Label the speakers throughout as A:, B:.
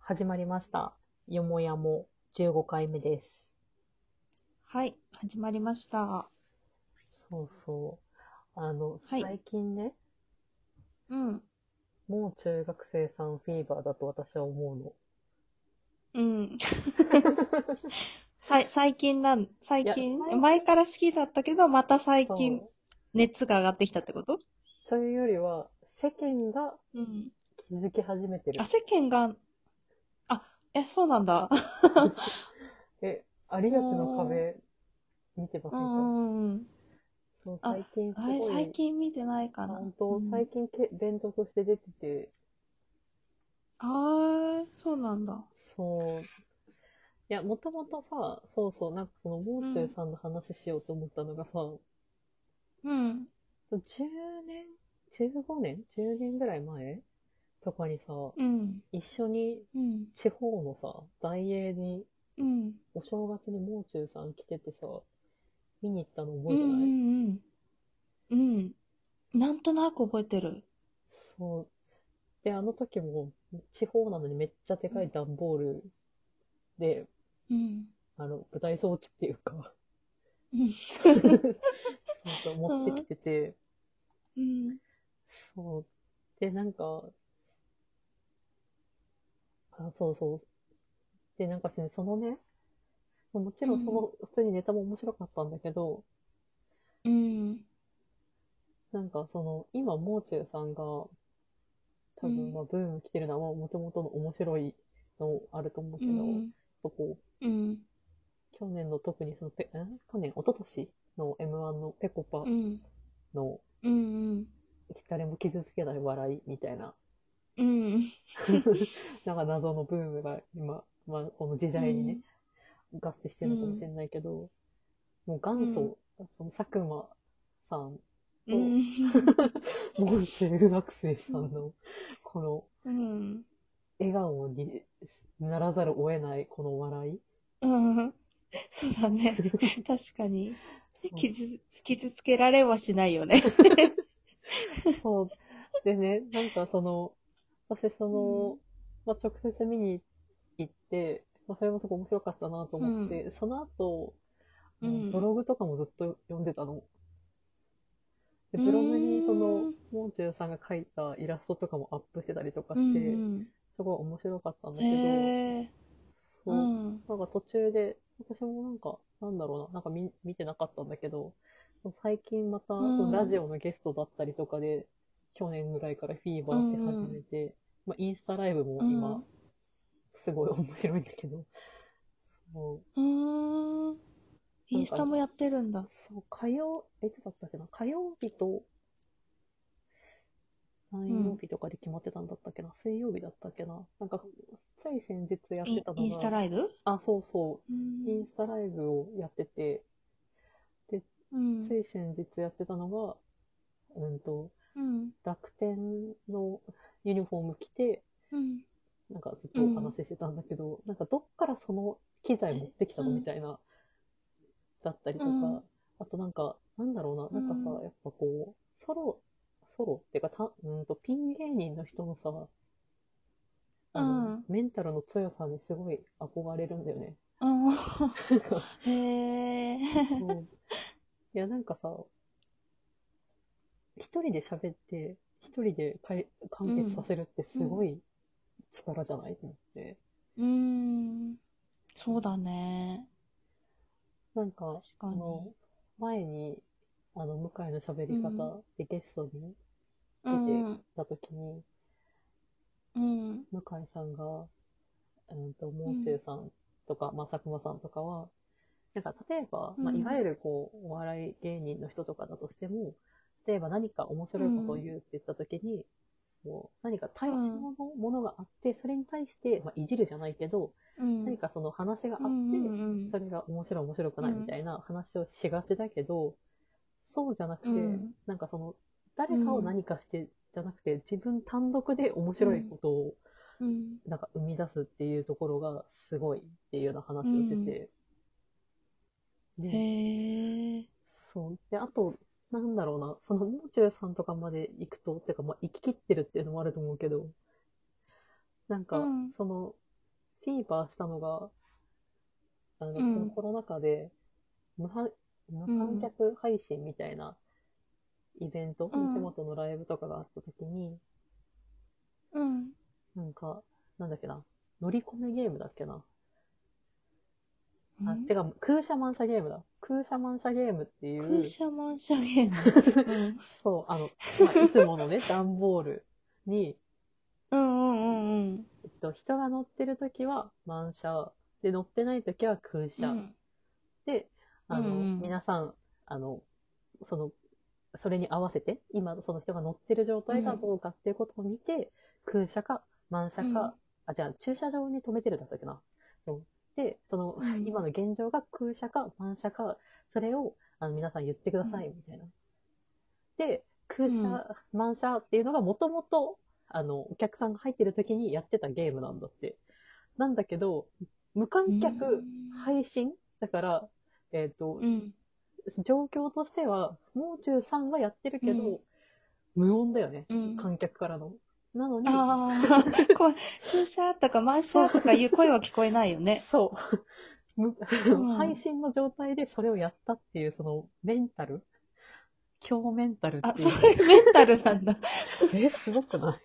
A: 始まりました。よもやも15回目です。
B: はい、始まりました。
A: そうそう。あの、
B: はい
A: 最近ね、
B: うん。
A: もう中学生さんフィーバーだと私は思うの。
B: うん。さい最近なん、最近
A: いや最近
B: 前から好きだったけど、また最近
A: そう
B: 熱が上がってきたってこと
A: というよりは、世間が
B: うん。
A: 気づき始めてる
B: あ、。世間が、あ、え、そうなんだ。
A: え、有吉の壁見てませか
B: うんん。うん
A: そう、
B: あ
A: 最近す
B: あれ、
A: ご
B: 最
A: い。
B: 近見てないかな。
A: 本当、最近け連続して出てて、
B: ああ、そうなんだ。
A: そう。いや、もともとさ、そうそう、なんかその、もう中さんの話しようと思ったのがさ、
B: うん。
A: 10年 ?15 年 ?10 年ぐらい前とかにさ、
B: うん。
A: 一緒に
B: うん。
A: 地方のさ、大英に
B: うん。
A: お正月にもう中さん来ててさ、見に行ったの
B: う
A: 覚
B: ん。う
A: えてない、
B: ん。うん。なんとなく覚えてる。
A: そう。で、あの時も、地方なのにめっちゃでかい段ボールで、
B: うん。
A: あの、舞台装置っていうか、
B: うん
A: そうそう持ってきてて、
B: うん。
A: そう。で、なんか、あ、そうそう。で、なんかね、そのね、もちろんその、普通にネタも面白かったんだけど、
B: うん。
A: なんかその、今、もう中さんが、多
B: う
A: 分、
B: ん
A: まあ、ブーム来てるのは、もともとの面白いのあると思うけど、そこ、
B: うん。
A: 去年の特にそのペ、ん去年、一昨年の M1 のペコパ
B: うん。
A: の、
B: うん。
A: 誰も傷つけない笑いみたいな
B: うん。
A: なんか謎のブームが今、まあ、この時代にね、合致してるのかもしれないけど、もう元祖、その佐久間さん、
B: うん。
A: もう中学生さんの、この
B: うん。
A: 笑顔にならざるを得ないこの笑い。
B: うん。そうだね。確かに。傷、傷つけられはしないよね。
A: そう。でね、なんかその、私その、
B: う
A: まあ、直接見に行って、まあ、それもすごい面白かったなと思って、その後、
B: うん
A: ブログとかもずっと読んでたの。で、ブログにその、もう中さんが描いたイラストとかもアップしてたりとか
B: う
A: して、
B: ん。
A: すごい面白かったんだ
B: へ
A: けど、
B: え。
A: そうう、
B: ん。
A: なんか途中で、私もなんか、なんだろうな、なんか見見てなかったんだけど、最近また、
B: うん
A: そのラジオのゲストだったりとかで、去年ぐらいからフィーバーし始めて、まあ、インスタライブも今、
B: うん
A: すごい面白いんだけど、そう、
B: うん。インスタもやってるんだ。
A: そう火曜、いつだったっけな、火曜日と、何曜日とかで決まってたんだったっけな、水曜日だったっけな、なんか、つい先日やっ
B: イ
A: て
B: ン
A: たのが、
B: インスタライブ
A: あ、そうそう、
B: う
A: イン
B: ん
A: スタライブをやってて、
B: うん。
A: つい先日やってたのが、うんと、
B: うん。
A: 楽天のユニフォーム着て、
B: うん。
A: なんかずっとお話ししてたんだけど、なんかどっからその機材持ってきたの
B: うん
A: みたいな、だったりとか、
B: うん
A: あとなんか、なんだろうな、なんか
B: う
A: さ、
B: ん
A: やっぱこう、ソロ、ソロってかた、うんと、ピン芸人の人のさ、あの
B: うん
A: メンタルの強さにすごい憧れるんだよね。
B: うん。
A: なんか
B: へえ。
A: そういや、なんかさ、一人で喋って、一人でかい完結させるってすごい力じゃないと思って。
B: うん。そうだね。
A: なんか、
B: 確
A: あ
B: かに。
A: の、前に、あの、向井の喋り方でゲストに
B: う
A: 出て
B: ん。
A: た時に、
B: うん。
A: 向井さんが、うんと、もう中さんとか、まあ、佐久間さんとかは、なんか、例えば、まあ、
B: うん
A: いわゆるこう、お笑い芸人の人とかだとしても、例えば何か面白いことを言うって言った時に、こう何か対象のものがあって、それに対して、まあ、いじるじゃないけど、
B: うん。
A: 何かその話があって、
B: うん
A: それが面白い面白くないみたいな話をしがちだけど、そうじゃなくて、
B: うん
A: なんかその、誰かを何かして、じゃなくて、自分単独で面白いことを、
B: うん
A: なんか生み出すっていうところがすごいっていうような話をしてて。
B: うん、
A: で、
B: へえ。
A: そう。で、あと、なんだろうな、その、もう中さんとかまで行くと、てか、まあ、行き切ってるっていうのもあると思うけど、なんか、
B: うん
A: その、ィーバーしたのが、あの、
B: うん
A: そのコロナ禍で、無は無観客配信みたいなイベント、
B: うん
A: 吉本のライブとかがあった時に、
B: うん。
A: なんか、なんだっけな、乗り込めゲームだっけな。あ、違う、空車満車ゲームだ。空車満車ゲームってい
B: 空
A: う、
B: 車満車ゲーム。うん
A: そう、あの、まあ、いつものね、 段ボールに、
B: うんうんうん
A: えっと、人が乗ってる時は満車、で、乗ってない時は空
B: う
A: 車。
B: ん。
A: で、あの、
B: うんうん
A: 皆さん、あの、その、それに合わせて、今、その人が乗ってる状態がどうかっていうことを見て、空車か満車か、
B: うん
A: あ、じゃあ駐車場に止めてるだったっけな。そうで、その、
B: うん
A: 今の現状が空車か満車か、それをあの皆さん言ってください、みたいな。で、空車、満車っていうのがもともと、あの、お客さんが入ってる時にやってたゲームなんだって。なんだけど、無観客配信だから、えっ、と
B: う、ん。
A: 状況としては、もう中さんはやってるけど、無音だよね。
B: うん
A: 観客からの。なのに、
B: ああ、こう空車とか満車とかいう声は聞こえないよね。
A: そう。 む
B: うん
A: 配信の状態でそれをやったっていう、そのメンタル強メンタルっ
B: あ、
A: てい
B: そう
A: う。
B: いうメンタルなんだ。
A: え、すごくない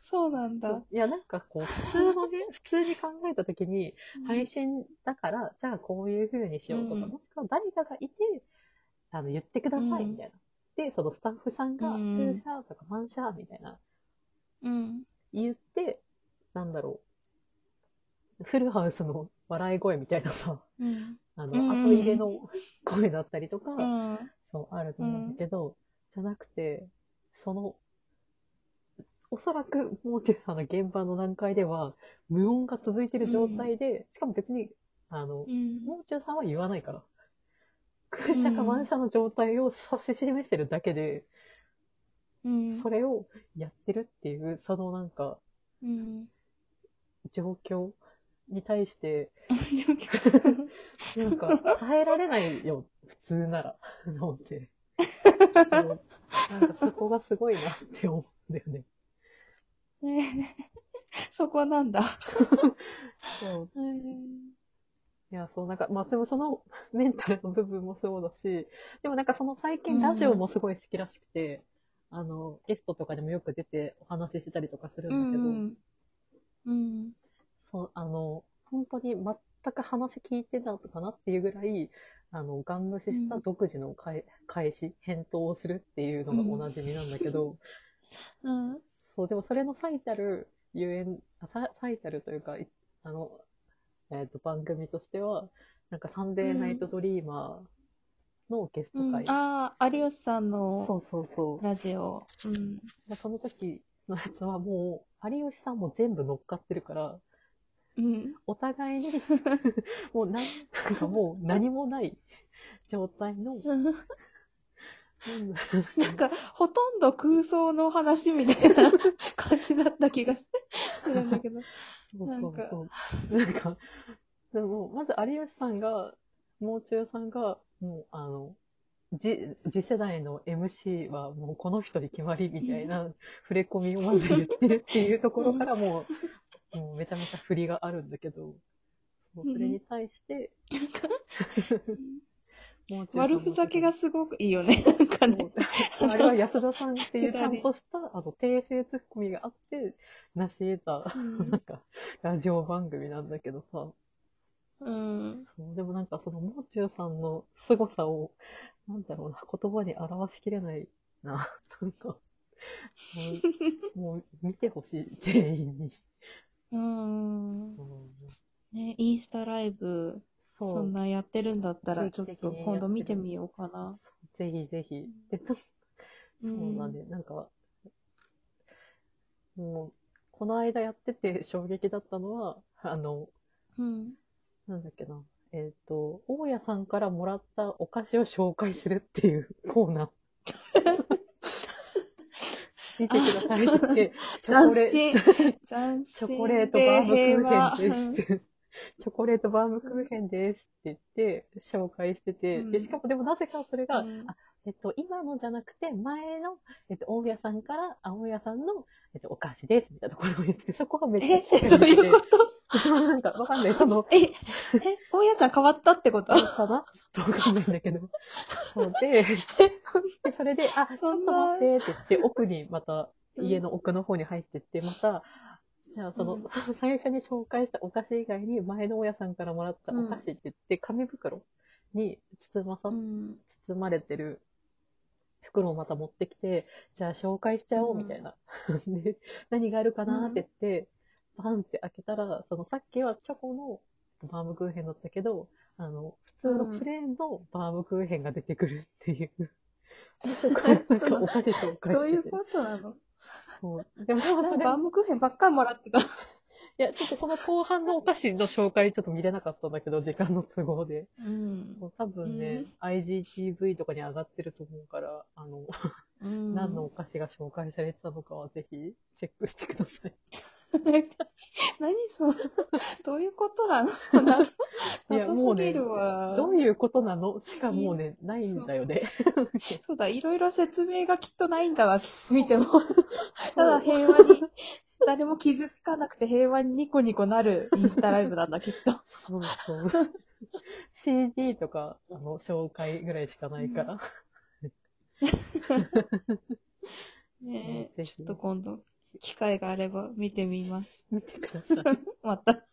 B: そうなんだ。
A: いや、なんかこう、普通のね、普通に考えたときに、配信だから、じゃあこういう風にしようとか、
B: うん
A: もしくは誰かがいて、あの、言ってください、
B: うん
A: みたいな。で、そのスタッフさんが、
B: うん
A: 空車とか満車みたいな、
B: うん。
A: 言って、なんだろう、フルハウスの笑い声みたいなさ、
B: うん。
A: あ
B: うんうんう
A: の、
B: ん
A: 後入れの声だったりとか、
B: うん。
A: そう、あると思うんだけど、じゃなくて、その、おそらく、もう中さんの現場の段階では、無音が続いてる状態で、しかも別に、あの
B: う、ん
A: もう中さんは言わないから。空車か満車の状態を指し示してるだけで、
B: うん。
A: それをやってるっていう、そのなんか、
B: うん。
A: 状況に対 して、なんか、耐えられないよ、普通なら。 なんて。 そうなんかそこがすごいなって思うんだよね。
B: ねそこなんだ。
A: そう。
B: うん
A: いや、そう、なんか、まあ、でもそのメンタルの部分もそうだし、でもなんかその最近ラジオもすごい好きらしくて、あの、ゲストとかでもよく出てお話ししてたりとかする
B: うん
A: だけど、
B: ん。うん。
A: そう、あの、本当に全く話聞いてたのかなっていうぐらい、あの、ガン無視した独自の返返し、返答をするっていうのがおなじみなんだけど、
B: うん。
A: そう、でもそれの最たるゆえん、あさ最たるというか、いあの、えっ、と、番組としては、なんか、サンデーナイトドリーマーのゲスト会。
B: ああ、有吉さん
A: そ
B: の
A: うそうそ
B: ラジオ。うん。
A: う。でその時のやつはもう、有吉さんも全部乗っかってるから、
B: うん。
A: お互い に、もう何、なんかもう何もない状態の、なんだ
B: なんか、ほとんど空想の話みたいな 感じだった気がするんだけど。
A: そうそうそう。なんか、でも、まず有吉さんが、もう中さんが、もう、あの、じ、次世代の MC はもうこの人に決まりみたいな触れ込みをまず言ってるっていうところからもう、もうめちゃめちゃ振りがあるんだけど、そうそれに対して、 もう中さんも
B: 悪ふざけがすごくいいよね。なんかね。
A: そう あれは安田さんっていうちゃんとした、 あの、訂正ツッコミがあって、成し得た、 なんか、ラジオ番組なんだけどさ、
B: うん。
A: そう、でもなんかその、もう中さんの凄さを、なんだろうな、言葉に表しきれないな。 なんか、もう、もう見てほしい、全員に。
B: うん
A: う。ん
B: ね、インスタライブ、
A: そ
B: そん
A: う、
B: なやってるんだったら、ちょっ
A: 定期的
B: と
A: にやってる
B: 今度見てみようかな。
A: ぜひぜひ。でとそうなんで、なんか、もう、この間やってて衝撃だったのは、あの、
B: うん。
A: なんだっけな。えっ、と、大家さんからもらったお菓子を紹介するっていうコーナー。見てくださいって言って、チョコレ
B: 斬
A: ー
B: 新。斬
A: チ
B: 新。
A: ョコレートバームクーヘン
B: で
A: ですって。チョコレートバームクーヘンですって言って、紹介してて、
B: うん
A: で、しかもでもなぜかそれ
B: 平
A: が、
B: 和うん
A: あえっと、今のじゃなくて、前の、えっと、大家さんから、青家さんの、えっと、お菓子です、みたいなところを言ってて、そこがめっちゃ
B: え、
A: ショッ
B: どう
A: クで
B: いうこと
A: なんか、わかんない。その、
B: え、え、大家さん変わったってこと
A: どうかなちょっとわかんないんだけど。そうで、
B: え、そん
A: でそれで、あ、ちょっ
B: そ
A: と
B: んな
A: 待ってって言って、奥にまた、家の奥の方に入ってって、また、じゃあその、
B: うん
A: 最初に紹介したお菓子以外に、前の親さんからもらったお菓子って言って、紙袋に包まさ、
B: うん。
A: 包まれてる袋をまた持ってきて、じゃあ紹介しちゃおう
B: うん
A: みたいな。 で、何があるかなって言って、バンって開けたら、そのさっきはチョコのバームクーヘンだったけど、あの、普通の
B: うん
A: プレーンのバームクーヘンが出てくるっていう。 でこれなんかお菓子紹介してて
B: どういうことなの
A: そうでもでもでもで
B: バー
A: も、
B: ムクーヘンばっかりもらってた。
A: いや、ちょっとその後半のお菓子の紹介ちょっと見れなかったんだけど、時間の都合で。
B: うん
A: もう多分ね、IGTV とかに上がってると思うから、あの、何のお菓子が紹介されてたのかはぜひチェックしてください。
B: 何その、どういうことなの謎
A: いや
B: 謎すぎるわ。
A: どういうことなのしかもうね、ないんだよね。
B: そうだ、いろいろ説明がきっとないんだわ、見 ても。ただ平和に、誰も傷つかなくて平和にニコニコなるインスタライブなんだ、きっと。
A: そう そう。CD とか、あの、紹介ぐらいしかないから。
B: ねえ、
A: ぜ
B: ち
A: ひ
B: ょっと今度、機会があれば見てみます。
A: 見てください。
B: また。